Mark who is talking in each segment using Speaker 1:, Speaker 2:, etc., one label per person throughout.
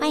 Speaker 1: 欢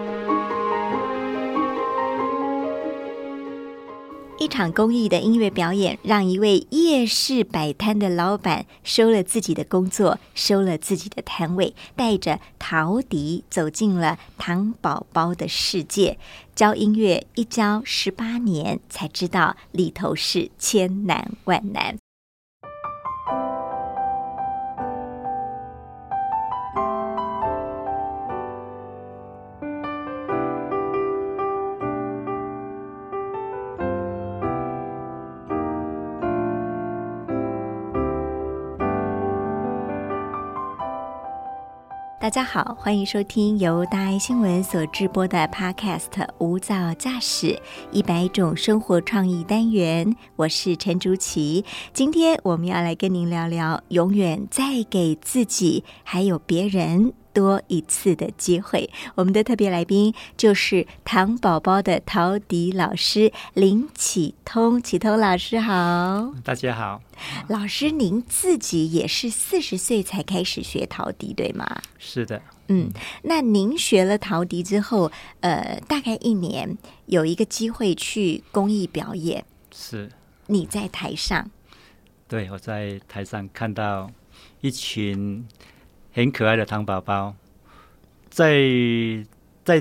Speaker 1: 一场公益的音乐表演，让一位夜市摆摊的老板收了自己的工作，收了自己的摊位，带着陶笛走进了糖宝宝的世界。教音乐一教十八年，才知道里头是千难万难。大家好，欢迎收听由大爱新闻所直播的 Podcast《无噪驾驶一百种生活创意单元》，我是陈竹琪。今天我们要来跟您聊聊，永远再给自己还有别人多一次的机会。我们的特别来宾就是糖宝宝的陶笛老师林启通，启通老师好。
Speaker 2: 大家好，
Speaker 1: 老师，您自己也是四十岁才开始学陶笛，对吗？
Speaker 2: 是的，
Speaker 1: 嗯，那您学了陶笛之后，呃，大概一年有一个机会去公益表演，
Speaker 2: 是，
Speaker 1: 你在台上，
Speaker 2: 对我在台上看到一群很可爱的糖宝宝，在在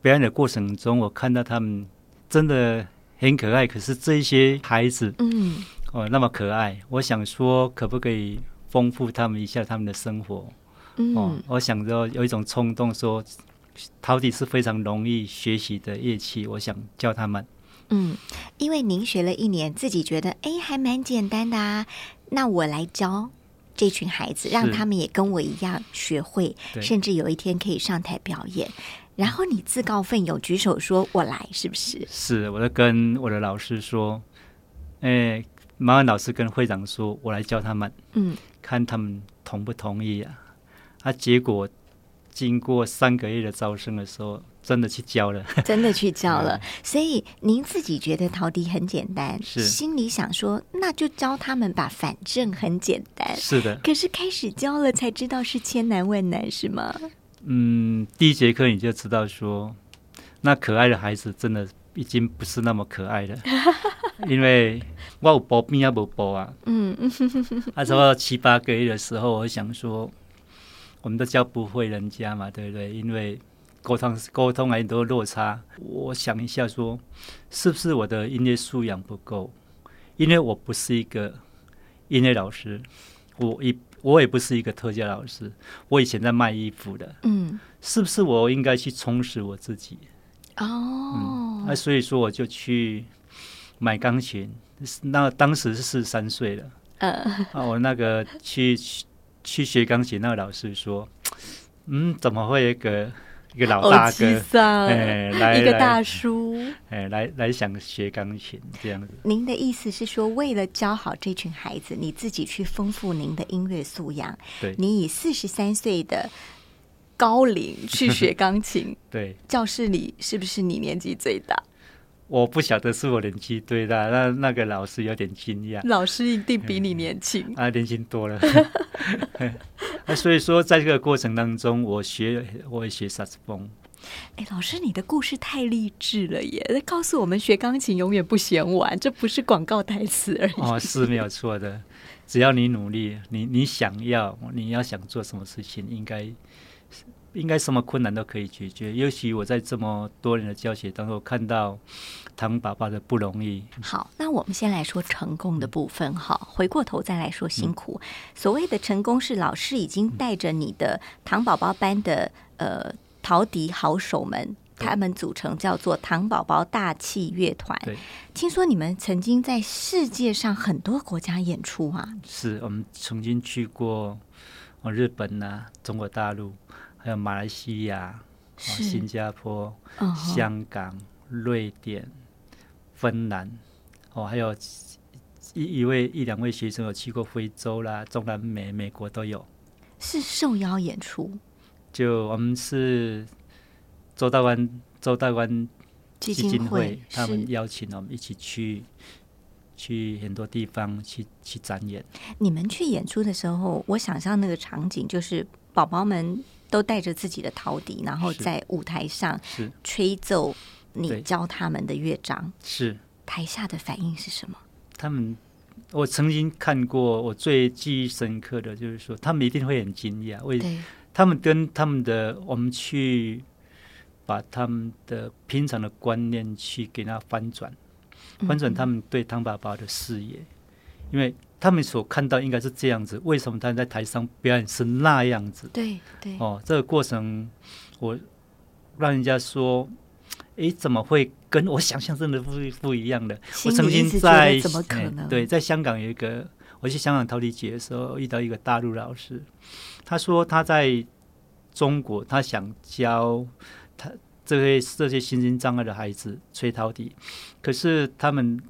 Speaker 2: 表演的过程中，我看到他们真的很可爱。可是这一些孩子
Speaker 1: 嗯，
Speaker 2: 哦那么可爱，我想说可不可以丰富他们一下他们的生活？
Speaker 1: 嗯
Speaker 2: 哦，我想着有一种冲动说，陶笛是非常容易学习的乐器，我想教他们。
Speaker 1: 嗯，因为您学了一年，自己觉得哎还蛮简单的啊，那我来教这群孩子，
Speaker 2: 是
Speaker 1: 让他们也跟我一样学会，
Speaker 2: 对
Speaker 1: 甚至有一天可以上台表演。然后你自告奋勇举手说“我来”，是不是？
Speaker 2: 是，我就跟我的老师说，哎，麻烦老师跟会长说，我来教他们，
Speaker 1: 嗯，
Speaker 2: 看他们同不同意啊。啊，结果经过三个月的招生的时候，真的去教了。
Speaker 1: 真的去教
Speaker 2: 嗯
Speaker 1: 了。所以您自己觉得陶笛很简单，
Speaker 2: 是
Speaker 1: 心里想说那就教他们吧，反正很简单。
Speaker 2: 是的，
Speaker 1: 可是开始教了才知道是千难万难，是吗？
Speaker 2: 嗯，第一节课你就知道说，那可爱的孩子真的已经不是那么可爱了，因为我有包边啊，无包啊。
Speaker 1: 嗯嗯
Speaker 2: 那时候七八个月的时候，我想说，我们都教不会人家嘛，对不对？因为沟通沟通还有很多落差。我想一下说，是不是我的音乐素养不够？因为我不是一个音乐老师，我一我也不是一个特教老师，我以前在卖衣服的，
Speaker 1: 嗯，
Speaker 2: 是不是我应该去充实我自己？
Speaker 1: 哦，
Speaker 2: 那所以说我就去买钢琴，那当时是四十三岁了。
Speaker 1: 呃，
Speaker 2: 啊，我那个去去去学钢琴那个老师说，嗯，怎么会有一个一个老大
Speaker 1: 欧吉
Speaker 2: 哥，
Speaker 1: 桑，
Speaker 2: 哎来
Speaker 1: 呃一个
Speaker 2: 来
Speaker 1: 大叔。
Speaker 2: 哎，来来想学钢琴这样子？
Speaker 1: 您的意思是说，为了教好这群孩子，你自己去丰富您的音乐素养，
Speaker 2: 对
Speaker 1: 你以四十三岁的高龄去学钢琴，
Speaker 2: 对，
Speaker 1: 教室里是不是你年纪最大？
Speaker 2: 我不晓得是我年纪对大，那那个老师有点惊 讶，
Speaker 1: 老师一定比你年轻。
Speaker 2: 啊，年轻多了。 啊，所以说在这个过程当中，我学我也学萨克斯风，
Speaker 1: 哎，老师，你的故事太励志了耶！告诉我们学钢琴永远不嫌晚，这不是广告台词而已。
Speaker 2: 哦，是没有错的。只要你努力，你你想要，你要想做什么事情，应该应该什么困难都可以解决。尤其我在这么多年的教学当中，看到唐爸爸的不容易，
Speaker 1: 好，那我们先来说成功的部分哈，
Speaker 2: 嗯
Speaker 1: 回过头再来说辛苦。所谓的成功是老师已经带着你的糖宝宝班的呃陶笛好手们，他们组成叫做糖宝宝大气乐团。
Speaker 2: 对，
Speaker 1: 听说你们曾经在世界上很多国家演出啊，
Speaker 2: 是我们曾经去过哦日本呐、中国大陆，还有马来西亚、哦、
Speaker 1: 是
Speaker 2: 新加坡、
Speaker 1: 嗯哼
Speaker 2: 香港、瑞典、芬兰，哦，还有一一位一两位学生有去过非洲啦、中南美、美国都有。
Speaker 1: 是受邀演出。
Speaker 2: 就我们是周大湾周大湾
Speaker 1: 基
Speaker 2: 基金
Speaker 1: 金
Speaker 2: 会
Speaker 1: 会
Speaker 2: 他
Speaker 1: 是
Speaker 2: 们邀请我们一起去去很多地方去去展演。
Speaker 1: 你们去演出的时候，我想象那个场景就是宝宝们都带着自己的陶笛，然后
Speaker 2: 是
Speaker 1: 在舞台上
Speaker 2: 是
Speaker 1: 吹奏你
Speaker 2: 对
Speaker 1: 教他们的乐章，
Speaker 2: 是，
Speaker 1: 台下的反应是什么？
Speaker 2: 他们我曾经看过，我最记忆深刻的就是说，他们一定会很惊讶，为
Speaker 1: 对，
Speaker 2: 他们跟他们的我们去把他们的平常的观念去给他翻转，
Speaker 1: 嗯
Speaker 2: 翻转他们对汤爸爸的视野，因为他们所看到应该是这样子，为什么他在台上表演是那样子？
Speaker 1: 对对，
Speaker 2: 哦，这个过程我让人家说，诶，怎么会跟我想象中的不不一样的？我
Speaker 1: 心
Speaker 2: 曾
Speaker 1: 里一
Speaker 2: 经
Speaker 1: 直觉
Speaker 2: 在
Speaker 1: 得怎么可
Speaker 2: 哎
Speaker 1: 能？
Speaker 2: 对，在香港有一个，我去香港逃离节的时候遇到一个大陆老师，他说他在中国，他想教他这些这些身心障碍的孩子吹陶笛，可是他们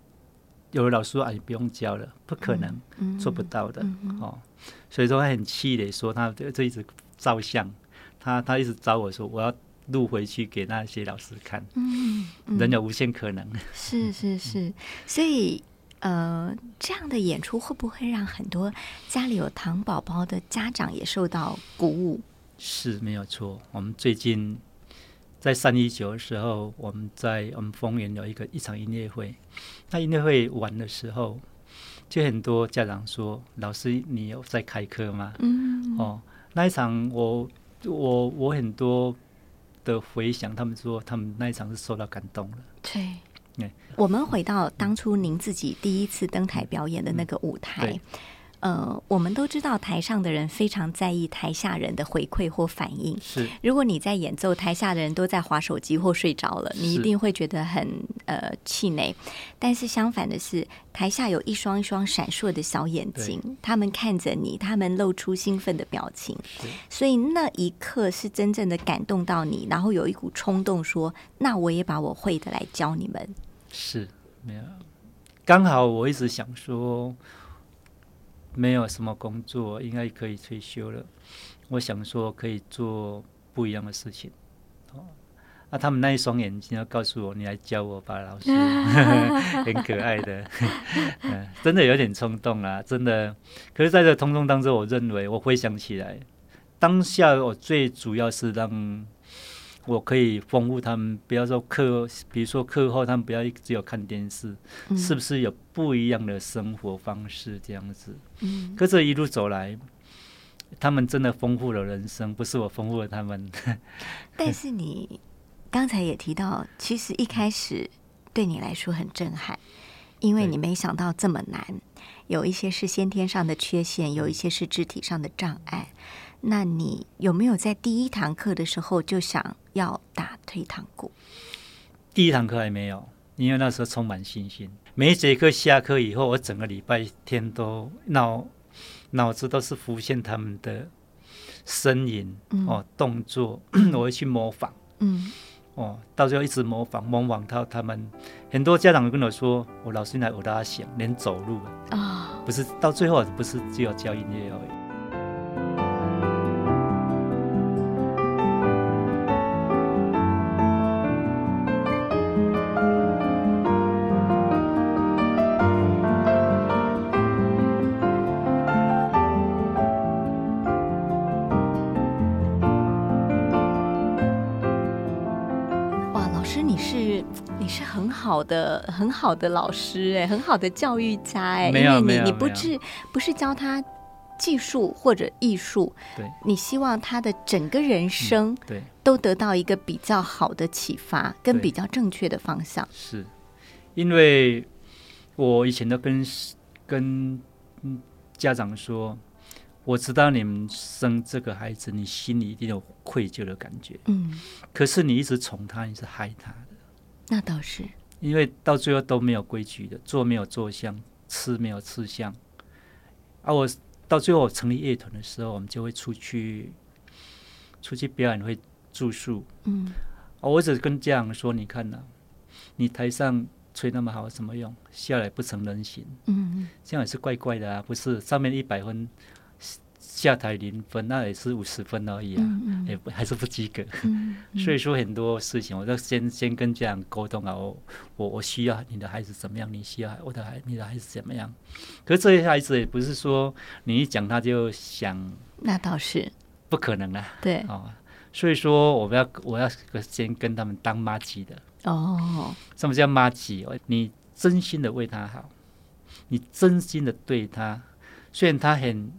Speaker 2: 有的老师说：“哎，不用教了，不可能，
Speaker 1: 嗯，
Speaker 2: 做不到的。
Speaker 1: 嗯嗯
Speaker 2: 哦，所以说他很气馁，说他这这一直照相，他他一直找我说我要录回去给那些老师看，
Speaker 1: 嗯，嗯
Speaker 2: 人有无限可能。嗯
Speaker 1: 是是是，所以呃，这样的演出会不会让很多家里有糖宝宝的家长也受到鼓舞？
Speaker 2: 是没有错。我们最近在三一九的时候，我们在我们丰原有一个一场音乐会。那音乐会完的时候，就很多家长说：“老师，你有在开课吗？”
Speaker 1: 嗯，
Speaker 2: 哦，那一场我我我很多的回想，他们说他们那一场是受到感动了。
Speaker 1: 对
Speaker 2: 对。
Speaker 1: 我们回到当初您自己第一次登台表演的那个舞台
Speaker 2: 对，
Speaker 1: 呃，我们都知道台上的人非常在意台下人的回馈或反应。
Speaker 2: 是
Speaker 1: 如果你在演奏，台下的人都在划手机或睡着了，你一
Speaker 2: 是
Speaker 1: 定会觉得很呃气馁。但是相反的是，台下有一双一双闪烁的小眼睛，他们看着你，他们露出兴奋的表情，
Speaker 2: 是
Speaker 1: 所以那一刻是真正的感动到你，然后有一股冲动说：“那我也把我会的来教你们。
Speaker 2: 是，没有。刚好我一直想说，没有什么工作，应该可以退休了。我想说可以做不一样的事情。哦，那他们那一双眼睛要告诉我，你来教我吧，老师，很可爱的。 嗯，真的有点冲动啊，真的。可是在这冲动当中，我认为我回想起来，当下我最主要是让我可以丰富他们，不要说课，比如说课后他们不要一只有看电视，
Speaker 1: 嗯
Speaker 2: 是不是有不一样的生活方式这样子？”
Speaker 1: 嗯，
Speaker 2: 可这一路走来，他们真的丰富了人生，不是我丰富了他们。嗯
Speaker 1: 但是你刚才也提到，其实一开始对你来说很震撼，因为
Speaker 2: 对
Speaker 1: 你没想到这么难。有一些是先天上的缺陷，有一些是肢体上的障碍。那你有没有在第一堂课的时候就想要打退堂鼓？
Speaker 2: 第一堂课还没有，因为那时候充满信心。每一节课下课以后，我整个礼拜天都脑脑子都是浮现他们的身影、
Speaker 1: 嗯
Speaker 2: 哦动 作，我会去模仿
Speaker 1: 嗯，
Speaker 2: 哦，到最后一直模仿模仿到他们。很多家长跟我说，我老师来我拉响，连走路
Speaker 1: 啊、
Speaker 2: 不是到最后不是只有教音乐而已。
Speaker 1: 哇，老师你是你是很好的很好的老师哎，很好的教育家哎，因
Speaker 2: 没有
Speaker 1: 为
Speaker 2: 没
Speaker 1: 你
Speaker 2: 有
Speaker 1: 你不
Speaker 2: 没有
Speaker 1: 是不是教他技术或者艺术，
Speaker 2: 对嗯
Speaker 1: 你希望他的整个人生
Speaker 2: 对，
Speaker 1: 都得到一个比较好的启发，跟
Speaker 2: 对
Speaker 1: 比较正确的方向。
Speaker 2: 是因为我以前都跟 s- 跟嗯家长说，我知道你们生这个孩子，你心里一定有愧疚的感觉，
Speaker 1: 嗯，
Speaker 2: 可是你一直宠他，你是害他的，
Speaker 1: 那倒是，
Speaker 2: 因为到最后都没有规矩的，做没有做相，吃没有吃相。啊，我到最后我成立乐团的时候，我们就会出去出去表演，会住宿，
Speaker 1: 嗯
Speaker 2: 哦，我只是跟家长说，你看呐、你台上吹那么好，有什么用？下来不成人形，
Speaker 1: 嗯
Speaker 2: 这样也是怪怪的啊，不是？上面一百分，下台零分，那也是五十分而已啊，
Speaker 1: 嗯
Speaker 2: 也不还是不及格。
Speaker 1: 嗯
Speaker 2: 所以说很多事情，我都先先跟家长沟通啊，我我我需要你的孩子怎么样，你需要我的孩你的孩子怎么样。可是这些孩子也不是说你一讲他就想，
Speaker 1: 那倒是
Speaker 2: 不可能啊，
Speaker 1: 对
Speaker 2: 哦，所以说我们要我要先跟他们当妈鸡的，
Speaker 1: 哦，
Speaker 2: 什么叫妈鸡？你真心的为他好，你真心的对他，虽然他很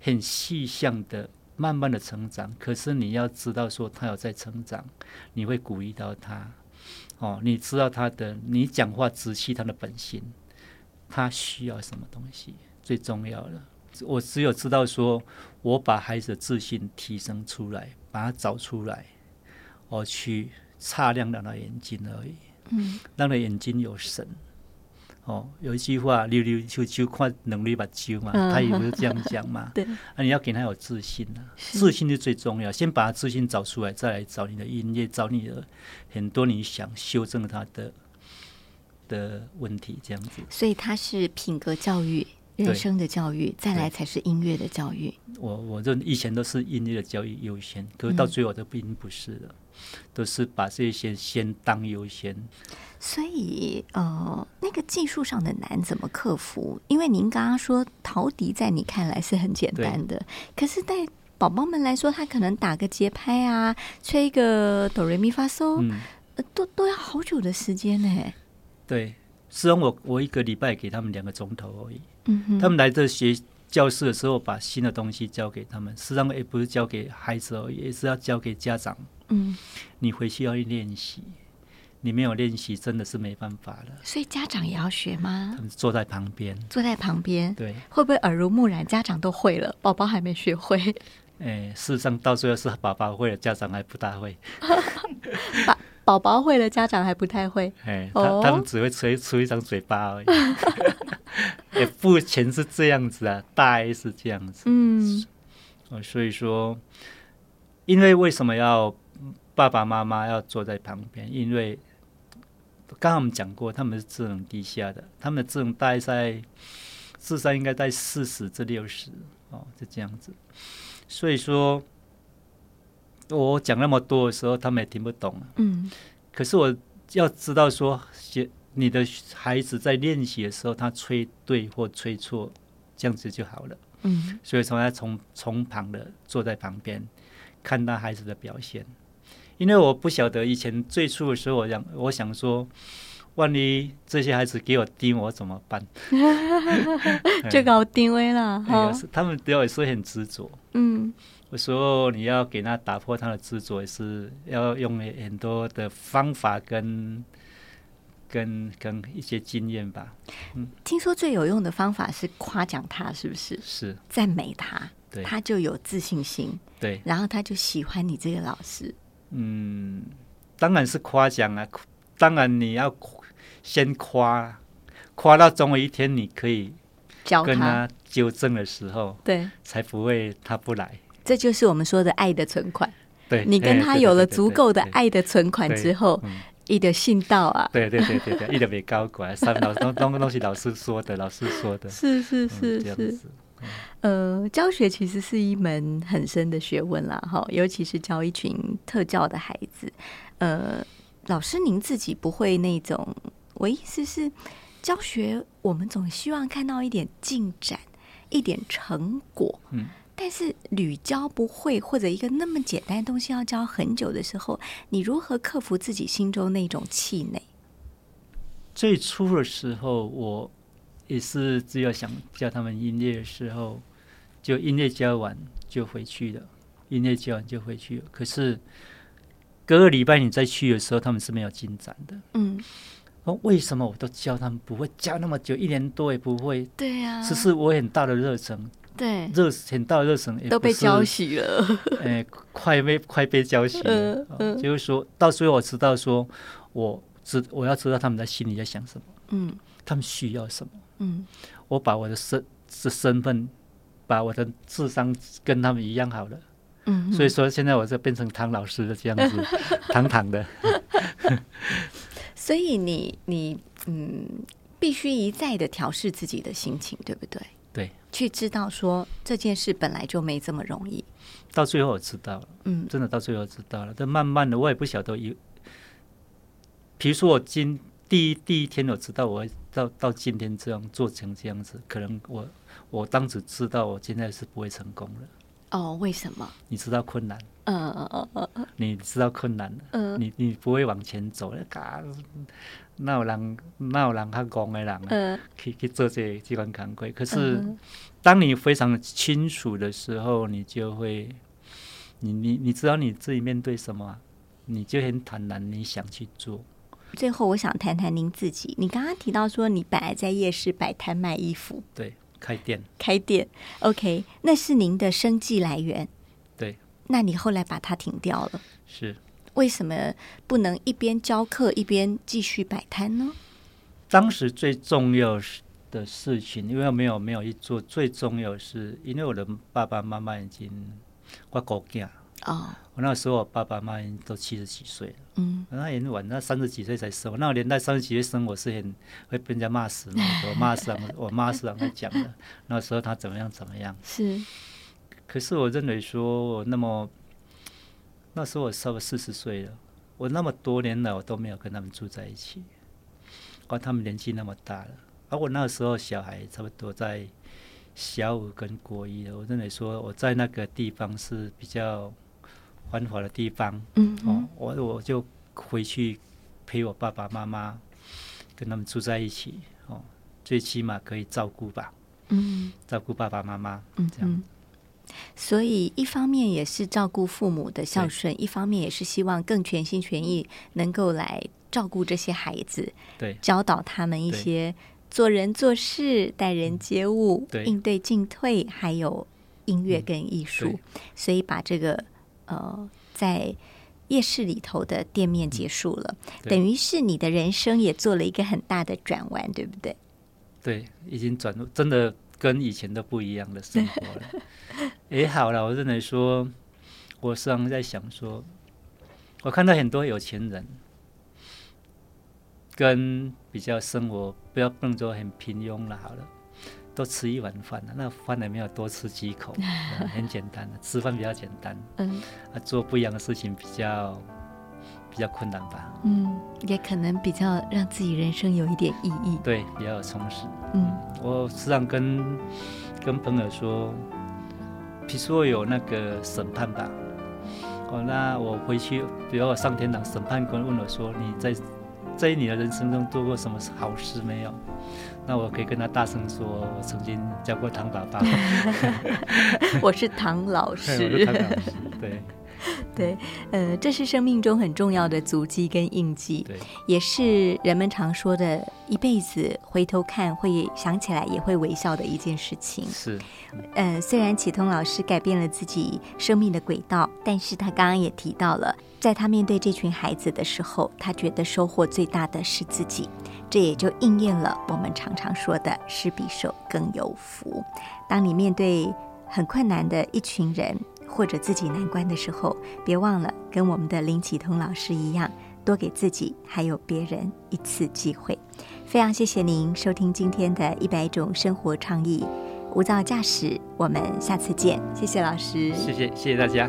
Speaker 2: 很细项的慢慢的成长，可是你要知道说他有在成长，你会鼓励到他。哦，你知道他的，你讲话直系他的本性，他需要什么东西最重要了。我只有知道说，我把孩子的自信提升出来，把他找出来，我去擦亮他的眼睛而已。
Speaker 1: 嗯，
Speaker 2: 让人眼睛有神。哦，有一句话“溜溜球球看能力把球”嘛，
Speaker 1: 嗯。
Speaker 2: 他也不是这样讲嘛
Speaker 1: 对，
Speaker 2: 啊，你要给他有自信啊，
Speaker 1: 是
Speaker 2: 自信是最重要。先把他自信找出来，再来找你的音乐，找你的很多你想修正他的的问题，这样子。
Speaker 1: 所以它是品格教育、
Speaker 2: 对
Speaker 1: 人生的教育，再来才是音乐的教育。
Speaker 2: 我我认以前都是音乐的教育优先，可是到
Speaker 1: 嗯
Speaker 2: 最后都并不是了，都是把这些先当优先。
Speaker 1: 所以，呃，那个技术上的难怎么克服？因为您刚刚说陶笛在你看来是很简单的，可是，在宝宝们来说，他可能打个节拍啊，吹一个哆来咪发嗦，
Speaker 2: 嗯，
Speaker 1: 呃都都要好久的时间呢。
Speaker 2: 对。虽然我我一个礼拜给他们两个钟头而已，
Speaker 1: 嗯哼，
Speaker 2: 他们来这学教室的时候，把新的东西教给他们，实际上也不是教给孩子而已，也是要教给家长。
Speaker 1: 嗯，
Speaker 2: 你回去要去练习，你没有练习，真的是没办法了。
Speaker 1: 所以家长也要学
Speaker 2: 他
Speaker 1: 吗？
Speaker 2: 们坐在旁边，
Speaker 1: 坐在旁边。
Speaker 2: 对，
Speaker 1: 会不会耳濡目染？家长都会了，宝宝还没学会。
Speaker 2: 哎，事实上到最后是爸爸会了，家长还不大会，
Speaker 1: 宝宝宝会了，家长还不太会。
Speaker 2: 哎，他、
Speaker 1: 哦
Speaker 2: 他们只会吹出一张嘴巴而已。 也不全是这样子啊，大概是这样子。
Speaker 1: 嗯
Speaker 2: 哦，所以说，因为为什么要爸爸妈妈要坐在旁边？因为刚刚我们讲过，他们是智能低下的，他们的智能大概在智商应该在四十至六十哦，就这样子。所以说，我讲那么多的时候，他们也听不懂啊。
Speaker 1: 嗯
Speaker 2: 可是我要知道说，学你的孩子在练习的时候，他吹对或吹错，这样子就好了。
Speaker 1: 嗯
Speaker 2: 所以从他从从旁的坐在旁边，看他孩子的表现。因为我不晓得以前最初的时候，我想我想说，万一这些孩子给我盯我怎么办？
Speaker 1: 就搞定位了
Speaker 2: 哎呀
Speaker 1: 哈。
Speaker 2: 是他们对我也是很执着。
Speaker 1: 嗯
Speaker 2: 有时候你要给他打破他的执着，也是要用很多的方法跟跟跟一些经验吧。
Speaker 1: 听说最有用的方法是夸奖他，是不是？
Speaker 2: 是
Speaker 1: 赞美他，
Speaker 2: 对
Speaker 1: 他就有自信心，
Speaker 2: 对，
Speaker 1: 然后他就喜欢你这个老师。
Speaker 2: 嗯，当然是夸奖啊，夸当然你要夸先夸，夸到总有一天你可以
Speaker 1: 教
Speaker 2: 跟他纠正的时候，
Speaker 1: 对，
Speaker 2: 才不会他不来。
Speaker 1: 这就是我们说的爱的存款。
Speaker 2: 对，
Speaker 1: 你跟
Speaker 2: 哎
Speaker 1: 他
Speaker 2: 对
Speaker 1: 有
Speaker 2: 对
Speaker 1: 了
Speaker 2: 对
Speaker 1: 足
Speaker 2: 对
Speaker 1: 够的
Speaker 2: 对
Speaker 1: 爱的存款
Speaker 2: 对
Speaker 1: 之后，
Speaker 2: 嗯
Speaker 1: 你的信道啊。
Speaker 2: 对对对对对，一点没高管，三老东东东西老师说的，老师说的，
Speaker 1: 是是
Speaker 2: 嗯
Speaker 1: 是
Speaker 2: 这样
Speaker 1: 是，
Speaker 2: 子，
Speaker 1: 呃，教学其实是一门很深的学问啦，哈，尤其是教一群特教的孩子。呃，老师您自己不会那种，我意思是，教学我们总希望看到一点进展，一点成果。
Speaker 2: 嗯。
Speaker 1: 但是屡教不会，或者一个那么简单的东西要教很久的时候，你如何克服自己心中那种气馁？
Speaker 2: 最初的时候，我也是只有想教他们音乐的时候，就音乐教完就回去了，音乐教完就回去了。可是隔个礼拜你再去的时候，他们是没有进展的。
Speaker 1: 嗯，
Speaker 2: 哦，为什么我都教他们不会，教那么久，一年多也不会？
Speaker 1: 对呀、
Speaker 2: 只是我很大的热忱，
Speaker 1: 对，
Speaker 2: 热很大的热忱也不
Speaker 1: 嗯都被
Speaker 2: 是
Speaker 1: 教习了。
Speaker 2: 哎，快被 快被浇熄了、
Speaker 1: 嗯
Speaker 2: 哦
Speaker 1: 嗯
Speaker 2: 就是说到最后我知道说，我知我要知道他们在心里在想什么，
Speaker 1: 嗯
Speaker 2: 他们需要什么。
Speaker 1: 嗯
Speaker 2: 我把我的身这身份，把我的智商跟他们一样好了。
Speaker 1: 嗯，
Speaker 2: 所以说现在我就变成唐老师的这样子，堂堂的。
Speaker 1: 所以你你嗯，必须一再的调试自己的心情，对不对？
Speaker 2: 对，
Speaker 1: 去知道说这件事本来就没这么容易。
Speaker 2: 到最后我知道了，
Speaker 1: 嗯
Speaker 2: 真的到最后知道了。但慢慢的我也不晓得有，比如说我今第一第一天我知道我会到到今天这样做成这样子，可能我我当时知道我现在是不会成功了。
Speaker 1: 哦，为什么？
Speaker 2: 你知道困难，
Speaker 1: 呃呃呃
Speaker 2: 你知道困难了，
Speaker 1: 呃
Speaker 2: 你你不会往前走了，嘎，哪有人哪有人较戆的人啊、
Speaker 1: 呃，
Speaker 2: 去去做这这款工作。可是
Speaker 1: 嗯
Speaker 2: 当你非常清楚的时候，你就会，你你你知道你自己面对什么啊、你就很坦然，你想去做。
Speaker 1: 最后我想谈谈您自己。你刚刚提到说你本来在夜市摆摊卖衣服、
Speaker 2: 对，开店，
Speaker 1: 开店，OK，那是您的生计来源。
Speaker 2: 对，
Speaker 1: 那你后来把它停掉了，
Speaker 2: 是。
Speaker 1: 为什么不能一边教课一边继续摆摊呢？
Speaker 2: 当时最重要是的事情，因为没有没有去做，最重要是因为我的爸爸妈妈已经我狗囝，
Speaker 1: 哦，
Speaker 2: 我那时候我爸爸妈妈已经都七十几岁了，
Speaker 1: 嗯，
Speaker 2: 那很晚，那三十几岁才生活，那个年代三十几岁生活是很会被人家骂死嘛， 我骂死啊，我妈是啊，会讲的，那时候他怎么样怎么样。
Speaker 1: 是，
Speaker 2: 可是我认为说，我那么那时候我稍微四十岁了，我那么多年来我都没有跟他们住在一起，而他们年纪那么大了，而我那个时候小孩差不多在小五跟国一了，我认为说我在那个地方是比较繁华的地方，
Speaker 1: 嗯
Speaker 2: 哦
Speaker 1: 哼，，
Speaker 2: 我我就回去陪我爸爸妈妈，跟他们住在一起，哦，最起码可以照顾吧，
Speaker 1: 嗯
Speaker 2: 照顾爸爸妈妈，
Speaker 1: 嗯
Speaker 2: 这样
Speaker 1: 嗯。所以，一方面也是照顾父母的孝顺，一方面也是希望更全心全意能够来照顾这些孩子，
Speaker 2: 嗯对
Speaker 1: 教导他们一
Speaker 2: 对嗯
Speaker 1: 些做人做事、待人接物、
Speaker 2: 对
Speaker 1: 应对进退，还有音乐跟艺术。
Speaker 2: 嗯对
Speaker 1: 所以把这个呃在夜市里头的店面结束了，
Speaker 2: 对
Speaker 1: 等于是你的人生也做了一个很大的转弯，对不对？
Speaker 2: 对，已经转入真的跟以前都不一样的生活了，也好了，我认为说，我时常在想说，我看到很多有钱人。跟比较生活不要不能说很平庸了，好了，都吃一碗饭了，那饭也没有多吃几口，嗯很简单的，吃饭比较简单，
Speaker 1: 嗯
Speaker 2: 啊，做不一样的事情比较比较困难吧？
Speaker 1: 嗯，也可能比较让自己人生有一点意义。
Speaker 2: 对，比较有充实。
Speaker 1: 嗯
Speaker 2: 我时常跟跟朋友说，比如说有那个审判吧，哦，那我回去，比如我上天堂，审判官问我说，你在在你的人生中做过什么好事没有？那我可以跟他大声说，我曾经教过唐爸爸，
Speaker 1: 我是唐老
Speaker 2: 对哎
Speaker 1: 师，
Speaker 2: 我是唐老师，对
Speaker 1: 对，呃，这是生命中很重要的足迹跟印记。
Speaker 2: 对
Speaker 1: 也是人们常说的，一辈子回头看会想起来也会微笑的一件事情。
Speaker 2: 是，
Speaker 1: 呃，虽然启通老师改变了自己生命的轨道，但是他刚刚也提到了，在他面对这群孩子的时候，他觉得收获最大的是自己。这也就应验了我们常常说的“施比受更有福”。当你面对很困难的一群人或者自己难关的时候，别忘了跟我们的林启通老师一样，多给自己还有别人一次机会。非常谢谢您收听今天的一百种生活创意。无噪驾驶，我们下次见，谢谢老师，
Speaker 2: 谢谢谢谢大家。